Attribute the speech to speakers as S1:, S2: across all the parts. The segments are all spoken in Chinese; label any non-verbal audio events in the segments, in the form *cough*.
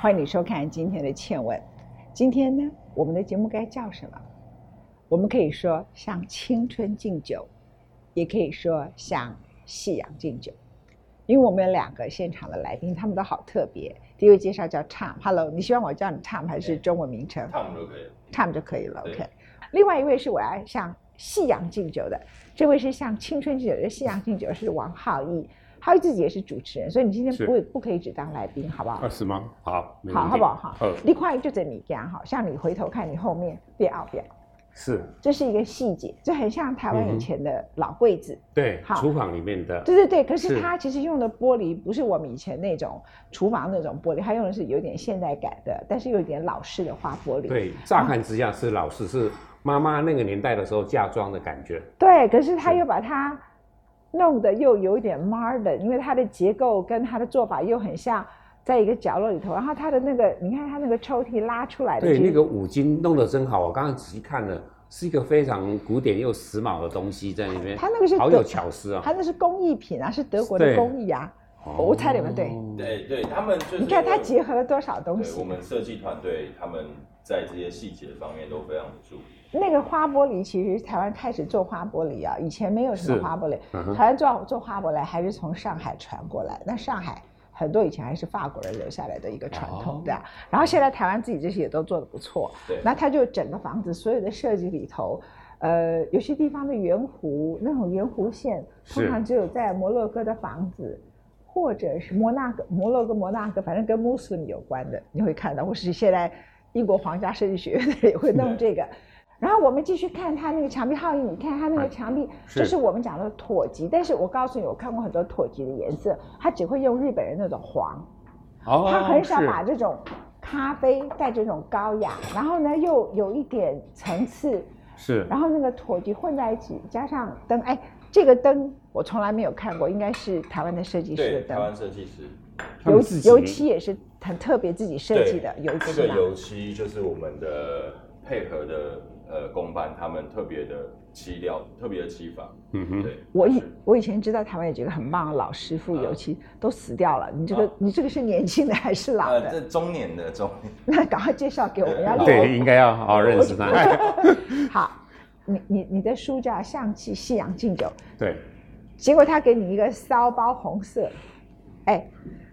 S1: 欢迎你收看今天的《倩问》。今天呢，我们的节目该叫什么？我们可以说向青春敬酒，也可以说向夕阳敬酒，因为我们有两个现场的来宾，他们都好特别。第一位介绍叫 Tom，Hello，你希望我叫你 Tom 还是中文名称
S2: ，Tom 就可以了。
S1: ？Tom 就可以了
S2: 对
S1: ，OK。另外一位是我要向夕阳敬酒的，这位是向青春敬酒的夕阳敬酒是王浩义，浩义自己也是主持人，所以你今天
S3: 是
S1: 不会不可以只当来宾，好不好？
S3: 二十吗？好，没问
S1: 好
S3: 题
S1: 好不好？哈
S3: 嗯，
S1: 你看就在你家哈，像你回头看你后面变奥表，
S3: 是，
S1: 这是一个细节，这很像台
S3: 嗯
S1: 湾
S3: 哼
S1: 以前的老柜子。
S3: 对
S1: 好，
S3: 厨房里面的，
S1: 对对对，可是
S3: 嗯是
S1: 它其实用的玻璃不是我们以前那种厨房那种玻璃，它用的是有点现代感的，但是又有点老式的花玻璃。
S3: 对，乍看之下是老式，是妈妈那个年代的时候嫁妆的感觉，
S1: 对，可是它
S3: 是
S1: 又把它弄得又有一点 modern，因为它的结构跟它的做法又很像。在一个角落里头，然后它的那个，你看它那个抽屉拉出来的，
S3: 对，
S1: 其实
S3: 那个五金弄得真好，我刚刚仔细看了，是一个非常古典又时髦的东西在里面，
S1: 它那个是
S3: 好
S1: 德
S3: 有巧思啊
S1: 它，那是工艺品啊，是德国的
S3: 对
S1: 工艺啊。我猜你们对
S3: 哦，
S2: 对对，他们就是
S1: 你看它结
S2: 结
S1: 合了多少东
S2: 对我
S1: 西？
S2: 们设计团队，他们在这些细节方面都非常的注意。
S1: 那个花玻璃其实台湾开始做花玻璃啊，以前没有什么
S3: 是
S1: 花玻璃，
S3: 嗯哼
S1: 台湾做做花玻璃还是从上海传过来。那上海很多以前还是法国人留下来的一个传统
S3: 哦
S1: 对啊。然后现在台湾自己这些也都做得不错，
S2: 对，
S1: 那它就整个房子所有的设计里头。呃，有些地方的圆弧，那种圆弧线，通
S3: 是
S1: 常只有在摩洛哥的房子，或者是摩纳哥、摩洛哥、摩纳哥，反正跟穆斯林有关的，你会看到，或是现在英国皇家设计学院的也会弄这个。然后我们继续看它那个墙壁浩影，你看它那个
S3: 哎
S1: 墙壁，
S3: 是
S1: 这是我们讲的妥吉，但是我告诉你，我看过很多妥吉的颜色，它只会用日本人那种黄，
S3: 哦
S1: 他很少
S3: 是
S1: 把这种咖啡带这种高雅，然后呢又有一点层次，
S3: 是
S1: 然后那个妥菊混在一起，加上灯，哎，这个灯我从来没有看过，应该是台湾的设计师
S2: 对
S1: 的
S2: 台湾
S1: 灯，
S2: 设计师，
S3: 他
S1: 油
S3: 们自己
S1: 油漆也是很特别自己设计的
S2: 对
S1: 油
S2: 这
S1: 漆
S2: 个
S1: 嘛。
S2: 油漆就是我们的配合的呃工班，他们特别的漆料，特别的漆法。
S3: 嗯哼，
S2: 对，
S1: 我以
S2: 是
S1: 我以前知道台湾有几个很棒的老师傅，
S2: 嗯
S1: 油漆都死掉了。你这个
S2: 啊
S1: 你这个是年轻的还是老
S2: 呃，这
S1: 的？
S2: 中年的中年，
S1: 那赶快介绍给我们，要
S2: 对
S1: 老
S3: 对，应该要好好认识他，
S1: *laughs*
S3: 哎
S1: 好。你你你的书叫《象棋西洋敬酒》，
S3: 对，
S1: 结果他给你一个骚包红色，哎，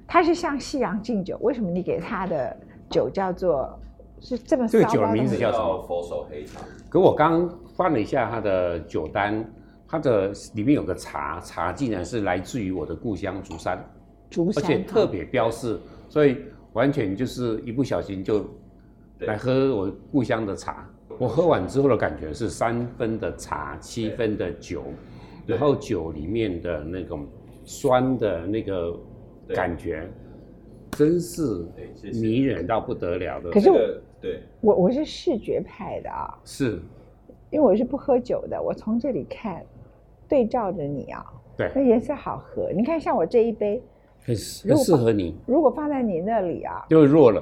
S1: 它是向西洋敬酒，为什么你给他的酒叫做是这么骚
S3: 这
S1: 包
S3: 个
S1: 的
S3: 酒的名字
S1: 吗
S3: 叫什么
S2: 佛手黑茶，
S3: 可我刚刚翻了一下它的酒单，它的里面有个茶，茶竟然是来自于我的故乡竹山，
S1: 竹
S3: 而
S1: 山
S3: 且
S1: 哈
S3: 特别标示，所以完全就是一不小心就
S2: 对
S3: 来喝我故乡的茶。我喝完之后的感觉是三分的茶，七分的酒，
S2: 对
S3: 然后酒里面的那种酸的那个
S2: 对
S3: 感觉，真是
S2: 对谢谢
S3: 迷人到不得了的。
S1: 可是
S2: 这个对
S1: 我我是视觉派的啊，
S3: 是，
S1: 因为我是不喝酒的，我从这里看，对照着你啊，
S3: 对
S1: 那，颜色好合。你看像我这一杯，
S3: 很
S1: 如
S3: 很
S1: 果
S3: 适合你，
S1: 如果放在你那里啊，
S3: 就弱了，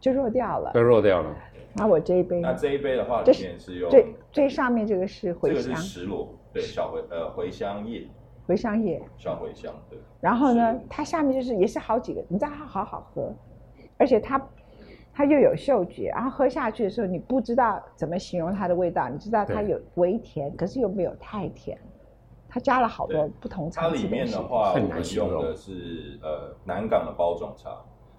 S1: 就弱掉了
S3: 就。弱掉了。
S1: 然后我这一杯呢
S2: 那，这一杯的话，
S1: 这
S2: 里
S1: 是
S2: 面是用
S1: 最最上面这个是
S2: 这
S1: 茴
S2: 个是
S1: 香，
S2: 石螺，对，小茴呃茴香叶，
S1: 茴香叶。
S2: 小茴香，对。
S1: 然后呢
S2: 是，
S1: 它下面就是也是好几个，你知道它好好喝，而且它它又有嗅觉，然后喝下去的时候你不知道怎么形容它的味道，你知道它
S3: 对
S1: 有微甜，可是又没有太甜，它加了好多
S2: 对
S1: 不同
S2: 它
S1: 层次
S2: 里
S1: 的东
S2: 面
S1: 西
S2: 的。话，我
S3: 很
S2: 们
S3: 难形
S2: 用
S3: 容
S2: 的是呃南港的包种茶，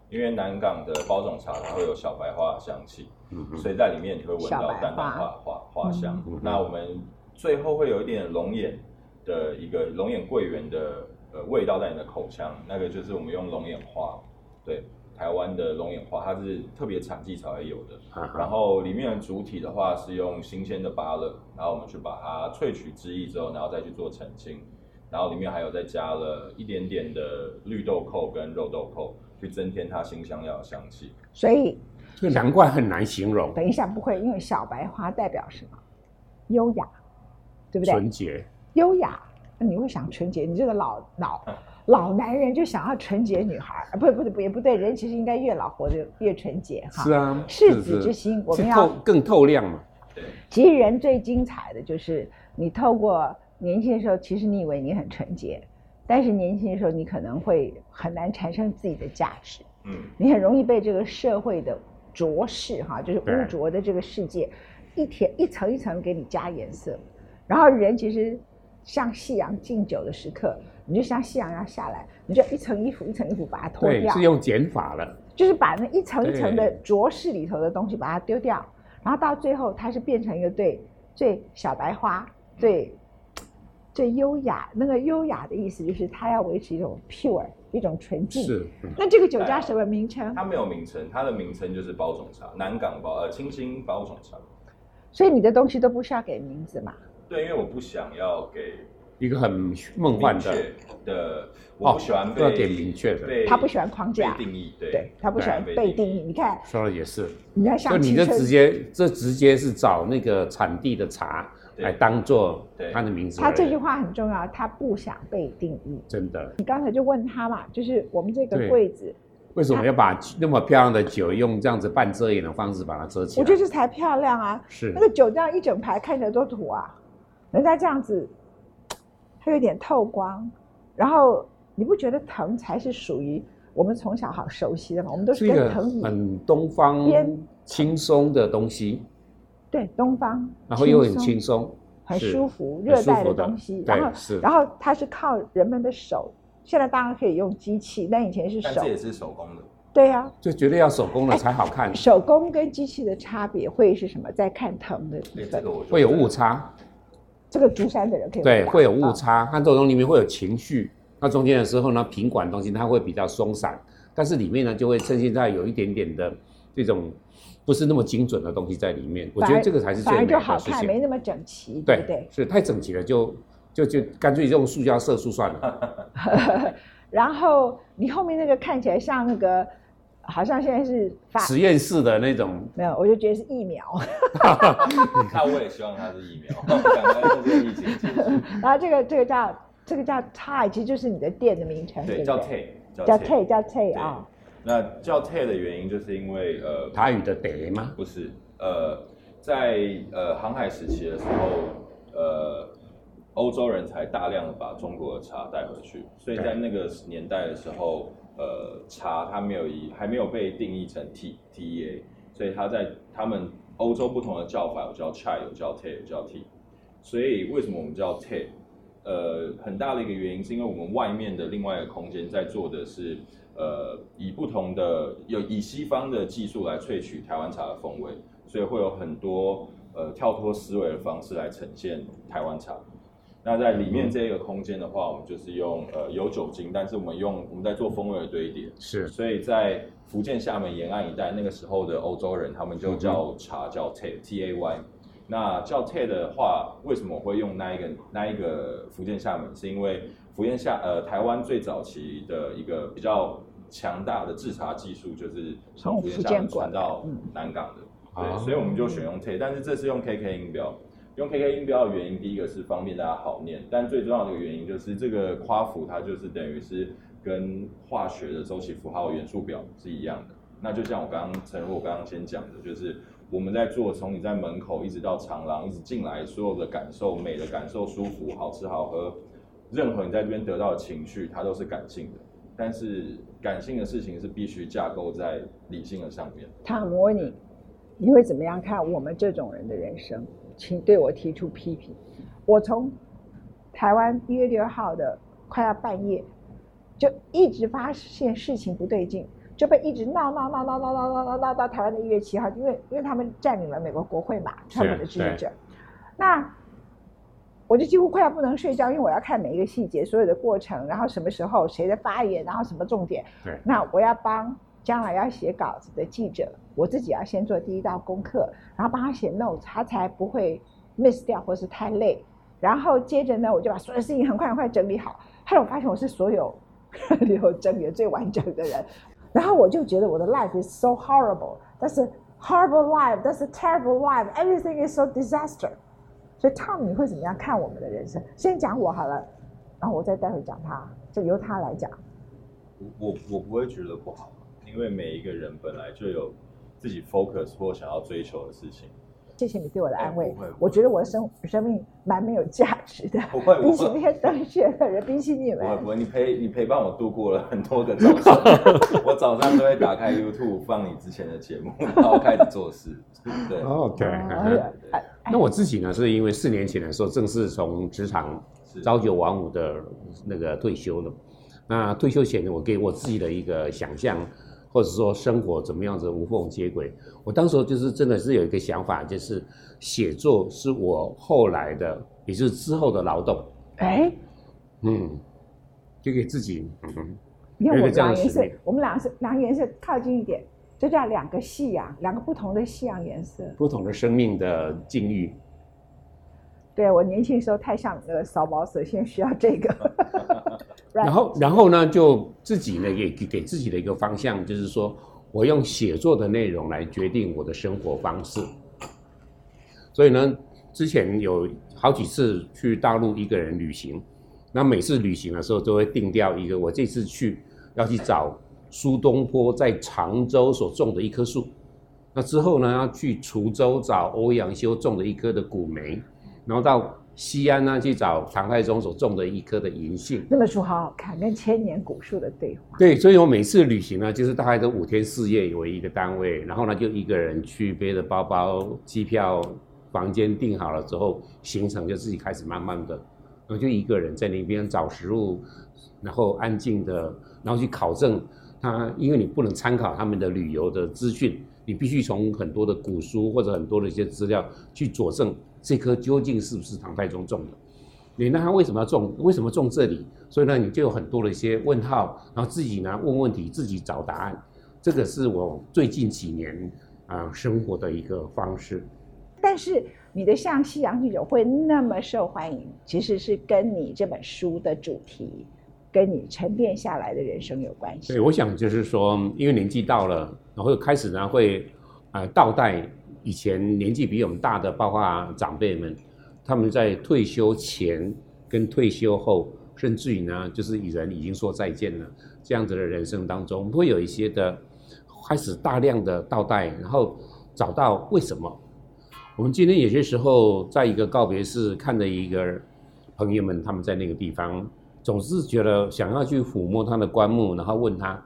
S2: 因为南港的包种茶它会有小白花的香气，
S3: 嗯哼
S2: 所以在里面你会闻
S1: 小
S2: 到
S1: 白
S2: 淡
S1: 花
S2: 淡花花花香
S3: 嗯。
S2: 那我们最后会有一点龙眼的一个龙眼桂圆的呃味道在你的口腔，那个就是我们用龙眼花，对，台湾的龙眼花它是特别产季才会有的。
S3: 啊哈
S2: 然后里面的主体的话是用新鲜的芭乐，然后我们去把它萃取汁液之后，然后再去做澄清，然后里面还有再加了一点点的绿豆蔻跟肉豆蔻，去增添它新香料的香气。
S1: 所以
S3: 这个难怪很难形容，
S1: 等一下不会，因为小白花代表什么？优雅，对不对？
S3: 纯洁，
S1: 优雅，那你会想纯洁？你这个老老
S2: 嗯
S1: 老男人就想要纯洁女孩儿，啊不不不也不对，人其实应该越老活得越纯洁哈。
S3: 是啊，
S1: 赤
S3: 是
S1: 子
S3: 是
S1: 之心，我
S3: 是
S1: 们要
S3: 透更透亮嘛，
S2: 对，
S1: 其实人最精彩的就是你透过年轻的时候，其实你以为你很纯洁，但是年轻的时候，你可能会很难产生自己的价值，
S2: 嗯
S1: 你很容易被这个社会的浊世哈，就是污
S3: 对
S1: 浊的这个世界，一天一层一层给你加颜色。然后人其实像夕阳敬酒的时刻，你就像夕阳要下来，你就一层衣服一层衣服把它脱
S3: 对，
S1: 掉
S3: 是，用减法了。
S1: 就是把那一层一层的
S3: 对
S1: 浊世里头的东西把它丢掉，然后到最后它是变成一个最最小白花、最最优雅。那个优雅的意思就是它要维持一种 pure 一种纯净。
S3: 是，嗯
S1: 那这个酒叫什么名称？
S2: 它没有名称，它的名称就是包种茶，南港包呃清新包种茶。
S1: 所以你的东西都不需要给名字嘛？
S2: 对，因为我不想要给
S3: 一个很梦幻
S2: 明
S3: 的。哦
S2: 确的，我不喜欢被、
S3: 要给明确的
S2: 被
S1: 他不喜欢框架
S2: 被定义，对
S1: 对，他不喜欢被定义。你看，
S3: 说的也是，
S1: 你看
S3: 就
S1: 像
S3: 你
S1: 青
S3: 这
S1: 春，
S3: 直接，这直接是找那个产地的茶
S2: 对
S3: 来当做
S2: 对
S3: 它的名字而已。
S1: 他这句话很重要，他不想被定义。
S3: 真的，
S1: 你刚才就问他嘛，就是我们这个
S3: 对
S1: 柜子，
S3: 为什么要把那么漂亮的酒用这样子半遮掩的方式把它遮起来？
S1: 我觉得这才漂亮啊。
S3: 是
S1: 那个酒这样一整排看起来多土啊，人家这样子，它有点透光，然后你不觉得藤才是属于我们从小好熟悉的吗？我们都
S3: 是
S1: 是
S3: 一
S1: 跟
S3: 个
S1: 藤椅，
S3: 很东方
S1: 边
S3: 轻松的东西，
S1: 对，东方，
S3: 然后又很
S1: 松
S3: 轻松，
S1: 很
S3: 是
S1: 舒服，
S3: 很
S1: 热
S3: 舒
S1: 带
S3: 服
S1: 的
S3: 的
S1: 东西，
S3: 对
S1: 然后
S3: 是
S1: 然后它是靠人们的手，现在当然可以用机器，但以前是
S2: 但
S1: 手
S2: 这，也是手工的。
S1: 对呀、
S3: 就觉得要手
S1: 哎
S3: 工的才好看，
S1: 手工跟机器的差别会是什么？在看藤的部
S2: 对，这
S1: 分
S2: 个，我就
S3: 会有误差，
S1: 这个竹山的人可以
S3: 对，
S1: 回答
S3: 会有
S1: 啊
S3: 误差。它这种东西里面会有情绪，那中间的时候呢，品管东西它会比较松散，但是里面呢就会趁现在有一点点的这种不是那么精准的东西在里面。我觉
S1: 反
S3: 得
S1: 而
S3: 这个才是最
S1: 反而
S3: 美
S1: 就
S3: 的
S1: 好
S3: 事
S1: 看，没
S3: 情。
S1: 那么整齐，对
S3: 对
S1: 不对？
S3: 是太整齐了就。就就干脆用塑胶色素算了，
S1: 然后你后面那个看起来像那个，好像现在是发
S3: 实验室的那种
S1: 没有，我就觉得是疫
S2: *laughs*
S1: 苗。
S2: 那我也希望它是疫苗， *laughs* 赶快让这个疫情结
S1: *laughs*
S2: 束。
S1: 然后这个这个叫这个叫 tie，其实就是你的店的名称，
S2: 对，
S1: 不
S2: 叫
S1: 对？
S2: Tay，
S1: 叫
S2: Tay
S1: tie 叫 tie
S2: 对
S1: 啊，
S2: 那叫 Tay 的原因就是因为呃，
S3: 台语的得吗？
S2: 不是，呃，在呃航海时期的时候，呃，欧洲人才大量的把中国的茶带回去，所以在那个年代的时候，呃，茶它没有一还没有被定义成 T T A，所以它在他们欧洲不同的叫法有叫 chai，有叫 tea，有叫 tea，所以为什么我们叫 tea？呃，很大的一个原因是因为我们外面的另外一个空间在做的是，呃，以不同的有以西方的技术来萃取台湾茶的风味，所以会有很多呃跳脱思维的方式来呈现台湾茶。那在里面这个空间的话，我们就是用呃有酒精，但是我们用我们在做风味的堆叠，
S3: 是
S2: 所以在福建厦门沿岸一带，那个时候的欧洲人他们就叫茶叫 tay t a y。那叫 tay 的话，为什么我会用那一个那一个福建厦门？是因为福建厦呃台湾最早期的一个比较强大的制茶技术，就是
S1: 从
S2: 从福建
S1: 福
S2: 厦
S1: 建
S2: 门
S1: 过
S2: 传
S1: 来
S2: 到
S1: 嗯
S2: 南港的。
S3: 哦
S2: 对，所以我们就选用 tay，但是这是用 KK 音标。用 KK 音标的原因，第一个是方便大家好念，但最重要的一个原因就是这个夸父它就是等于是跟化学的周期符号元素表是一样的。那就像我刚刚陈如我刚刚先讲的，就是我们在做从你在门口一直到长廊一直进来所有的感受，美的感受、舒服、好吃好喝，任何你在这边得到的情绪，它都是感性的。但是感性的事情是必须架构在理性的上面。
S1: 他很模拟，你会怎么样看我们这种人的人生？请对我提出批评。我从台湾一月六号的快要半夜，就一直发现事情不对劲，就被一直闹闹闹闹闹闹闹闹闹到台湾的一月七号，因为因为他们占领了美国国会嘛，川普的支持者，那。我就几乎快要不能睡觉，因为我要看每一个细节，所有的过程，然后什么时候谁的发言，然后什么重点，
S3: 对，
S1: 那我要帮将来要写稿子的记者，我自己要先做第一道功课，然后帮他写 notes，他才不会 miss 掉或是太累。然后接着呢，我就把所有事情很快很快整理好。后来我发现我是所有 *laughs* 里头整理的最完整的人，然后我就觉得我的 life is so horrible，但是 horrible life，但是 terrible life，everything is so disaster。所以 Tom，你会怎么样看我们的人生？先讲我好了，然后我再待会讲他，就由他来讲。
S2: 我我不会觉得不好，因为每一个人本来就有自己 focus 或想要追求的事情。
S1: 谢谢你对我的安慰
S2: 哎不会不会，
S1: 我觉得我的生生命蛮没有价值的，
S2: 不会
S1: *laughs* 比
S2: 不
S1: 起那
S2: 会
S1: 些登学的人，比起你
S2: 不会
S1: 们
S2: 不，会，你陪你陪伴我度过了很多个早
S1: *laughs*
S2: 上，我早上都会打开 YouTube 放你之前的节目，然后开始做事。对，
S3: OK，嗯
S1: 哎呀哎
S3: 那我自己呢，是因为四年前的时候正式从职场
S2: 是
S3: 朝九晚五的那个退休了。那退休前，我给我自己的一个想象，或者说生活怎么样子无缝接轨。我当时候就是真的是有一个想法，就是写作是我后来的，也就是之后的劳动。
S1: 哎，
S3: 嗯，就给自己，嗯，
S1: 因为我
S3: 有一
S1: 们
S3: 个这样
S1: 两
S3: 的
S1: 个颜
S3: 使
S1: 色
S3: 命，
S1: 我们两个是两个颜色靠近一点，这叫两个夕阳，两个不同的夕阳颜色。
S3: 不同的生命的境遇。
S1: 对我年轻的时候太像那个扫毛蛇，现在需要这个。Right
S3: 然后，然后呢，就自己呢也给给自己的一个方向，就是说我用写作的内容来决定我的生活方式。所以呢，之前有好几次去大陆一个人旅行，那每次旅行的时候都会定掉一个，我这次去要去找苏东坡在常州所种的一棵树，那之后呢要去滁州找欧阳修种的一棵的古梅，然后到西安呢去找唐太宗所种的一棵的银杏。
S1: 那本书好好看，跟千年古树的对话。
S3: 对，所以我每次旅行呢，就是大概都五天四夜为一个单位，然后呢就一个人去背着包包、机票、房间订好了之后，行程就自己开始慢慢的，我就一个人在那边找食物，然后安静的，然后去考证他，因为你不能参考他们的旅游的资讯，你必须从很多的古书或者很多的一些资料去佐证这棵究竟是不是唐太宗种的。你那他为什么要种？为什么种这里？所以呢，你就有很多的一些问号，然后自己呢问问题，自己找答案。这个是我最近几年啊、生活的一个方式。
S1: 但是你的像西洋剧酒会那么受欢迎，其实是跟你这本书的主题，跟你沉淀下来的人生有关系
S3: 对，。我想就是说，因为年纪到了，然后开始呢会啊、呃倒带以前年纪比我们大的，包括长辈们，他们在退休前跟退休后，甚至于呢就是与人已经说再见了，这样子的人生当中，会有一些的开始大量的倒带，然后找到为什么。我们今天有些时候在一个告别式看着一个朋友们他们在那个地方，总是觉得想要去抚摸他的棺木，然后问他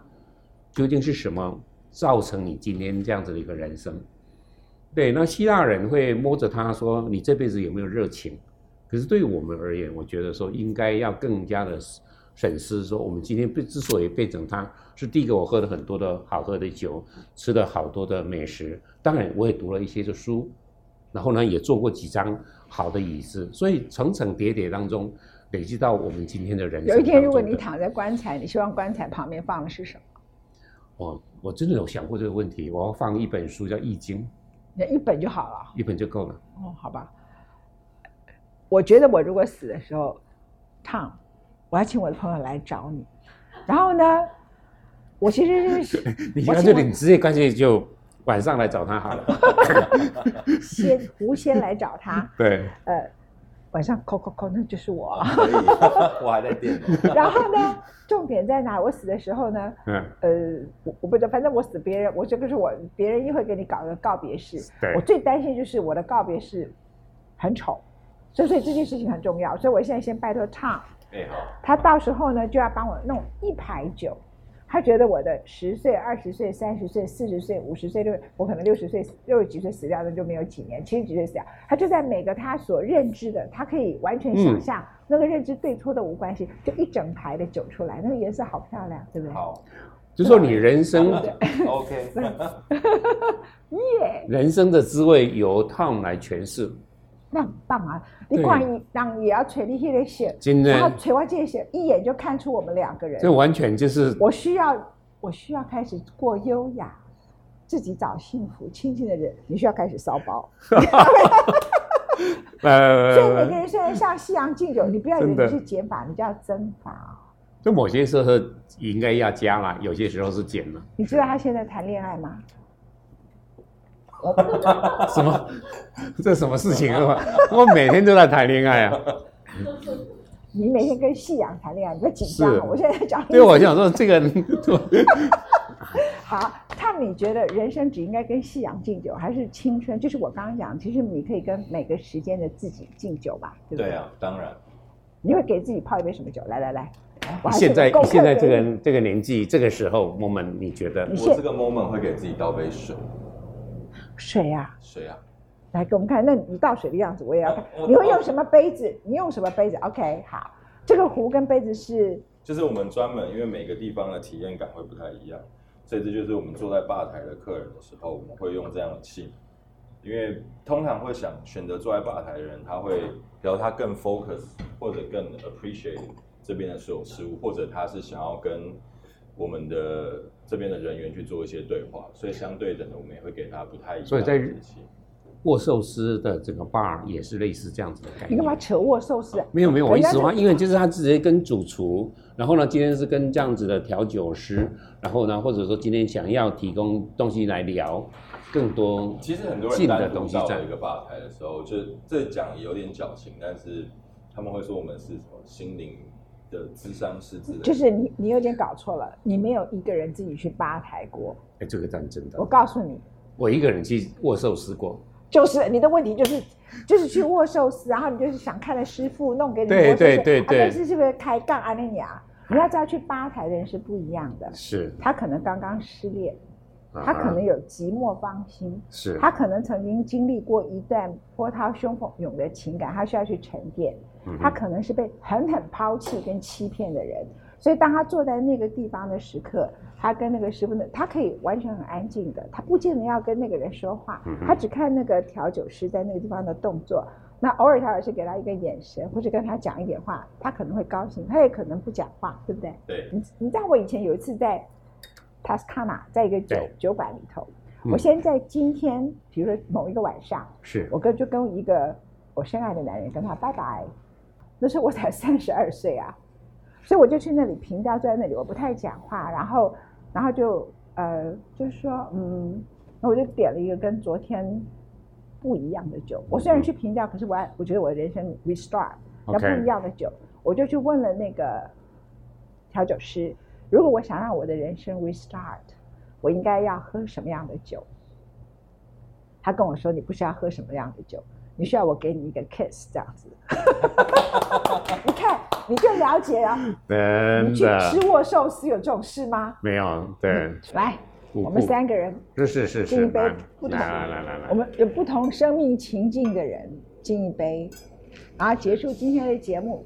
S3: 究竟是什么造成你今天这样子的一个人生。对，那希腊人会摸着他说：“你这辈子有没有热情？”可是对于我们而言，我觉得说应该要更加的审视，说我们今天被之所以变成他，是第一个我喝了很多的好喝的酒，吃了好多的美食，当然我也读了一些的书，然后呢也坐过几张好的椅子，所以层层叠叠当中累积到我们今天的人生当
S1: 有一
S3: 中的。
S1: 天，如果你躺在棺材，你希望棺材旁边放的是什么？
S3: 我我真的有想过这个问题，我要放一本书叫《易经》，
S1: 那一本就好了。
S3: 一本就够了。
S1: 哦，好吧。我觉得我如果死的时候，烫，我要请我的朋友来找你。然后呢，我其实
S3: *laughs*
S1: 是
S3: 你
S1: 我
S3: 干
S1: 请
S3: 脆
S1: 问
S3: 你直接干脆就晚上来找他
S1: *laughs*
S3: 好了。
S1: 先狐仙来找
S3: *laughs*
S1: 他，
S3: 对，
S1: 呃，晚上扣扣扣，那就是我。
S2: 可以， *laughs* 我还在电脑。
S1: 然后呢，重点在哪？我死的时候呢，
S3: 嗯，
S1: 呃，我我不知道，反正我死别人，我这个是我别人又会给你搞个告别式。
S3: 对
S1: 我最担心就是我的告别式很丑，所以所以这件事情很重要，所以我现在先拜托 Tom，
S2: 哎好，
S1: 他到时候呢就要帮我弄一排酒。他觉得我的十岁、二十岁、三十岁、四十岁、五十岁，六我可能六十岁、六十几岁死掉，那就没有几年，七十几岁死掉。他就在每个他所认知的，他可以完全想
S3: 嗯
S1: 象、那个认知对错都无关系，就一整排的酒出来，那个颜色好漂亮，对不对？ *laughs*
S2: 好
S3: 就说你人生
S2: ，OK，
S1: 耶
S3: 人生的滋味由 Tom 来诠释。
S1: 那很棒啊！你
S3: 对
S1: 看伊人也要垂你迄个血，
S3: 真的
S1: 然后垂我这个血，一眼就看出我们两个人
S3: 这。完全就是
S1: 我需要，我需要开始过优雅，自己找幸福，亲近的人，你需要开始骚包。所以每个
S3: 呃，
S1: 人虽然像西洋
S3: *laughs*
S1: 敬酒，你不要以
S3: 真的
S1: 为你是减法，你叫增法。哦
S3: 就某些时候应该要加啦，有些时候是减了。
S1: 你知道他现在谈恋爱吗？
S3: 什么？ *laughs* 这什么事情啊？我每天都在谈恋爱啊。
S1: 你每天跟夕阳谈恋爱，你不要紧张哦
S3: 是
S1: 啊！我现在讲
S3: 对，我想说这个，
S1: *laughs* 好，他你觉得人生只应该跟夕阳敬酒，还是青春？就是我刚刚讲，其实你可以跟每个时间的自己敬酒吧，对不
S2: *laughs* 对啊，当然。
S1: 你会给自己泡一杯什么酒？来来来，我还是
S3: 哎现在
S1: 功课
S3: 现在这
S1: 给
S3: 个这个年纪这个时候，moment 你觉得
S1: 你
S2: 我
S1: 现
S2: 这个 moment 会给自己倒杯水，
S1: 你水啊，
S2: 水啊，
S1: 来给我们看。那你倒水的样子我也
S3: 呃
S1: 要看
S2: 啊我。
S1: 你会用什么杯子？你用什么杯子？OK，好。这个壶跟杯子是
S2: 就是我们专门因为每个地方的体验感会不太一样，所以这就是我们坐在吧台的客人的时候，我们会用这样的器皿，因为通常会想选择坐在吧台的人，他会聊他更 focus 或者更 appreciate 这边的所有事物，或者他是想要跟我们的这边的人员去做一些对话，所以相对等的我们也会给他不太一样的
S3: 所以在
S2: 日期。
S3: 握寿司的整个 bar 也是类似这样子的概
S1: 你干嘛
S3: 念。
S1: 扯握寿司啊？
S3: 没有没有，我
S1: 人
S3: 意
S1: 家
S3: 思
S1: 是
S3: 的话，因为就是他直接跟主厨，然后呢，今天是跟这样子的调酒师，然后呢，或者说今天想要提供东西来聊更多
S2: 其实很多人
S3: 近
S2: 单
S3: 的
S2: 独
S3: 东西
S2: 到
S3: 在
S2: 一个吧台的时候，就这讲有点矫情，但是他们会说我们是什么心灵的智商师之类的，
S1: 就是你，你有点搞错了，你没有一个人自己去吧台过。
S3: 哎，这个战争的
S1: 我。告诉你，
S3: 我一个人去握寿司过，
S1: 就是你的问题就是就是去握寿司，然后你就是想看的师傅弄给你握
S3: 对
S1: 寿司，啊
S3: 对对对
S1: 但是是不是开杠啊？那你啊，你要知道去吧台的人是不一样的，
S3: 是，
S1: 他可能刚刚失恋，
S3: 啊
S1: 他可能有寂寞芳心，
S3: 是
S1: 他可能曾经经历过一段波涛汹涌的情感，他需要去沉淀。
S3: 嗯哼
S1: 他可能是被狠狠抛弃跟欺骗的人，所以当他坐在那个地方的时刻，他跟那个师傅呢，他可以完全很安静的，他不见得要跟那个人说话
S3: 嗯，哼
S1: 他只看那个调酒师在那个地方的动作。那偶尔调酒师给他一个眼神，或者跟他讲一点话，他可能会高兴，他也可能不讲话，对不对？
S2: 对，
S1: 你你知道我以前有一次在 Toscana，在一个酒
S3: 对
S1: 酒馆里头，
S3: 嗯
S1: 我先在今天，比如说某一个晚上，
S3: 是
S1: 我跟就跟一个我深爱的男人跟他拜拜，那时候我才三十二岁啊，所以我就去那里平调坐在那里，我不太讲话，然后然后就呃就是说嗯，那我就点了一个跟昨天不一样的酒，我虽然去平调，可是我要我觉得我的人生 restart 要
S3: OK
S1: 不一样的酒我就去问了那个调酒师，如果我想让我的人生 restart，我应该要喝什么样的酒？他跟我说：“你不需要喝什么样的酒，你需要我给你一个 kiss 这样子。” *laughs* 你看，你就了解啊！你
S3: 真
S1: 去
S3: 的
S1: 吃握寿司有这种事吗？
S3: 没有对，
S1: 来，
S3: 我
S1: 我们三个人
S3: 是是是
S1: 敬一
S3: 是，
S1: 杯
S3: 来
S1: 不同
S3: 来来来来
S1: 我
S3: 来，
S1: 们有不同生命情境的人敬一杯，然后结束今天的节目。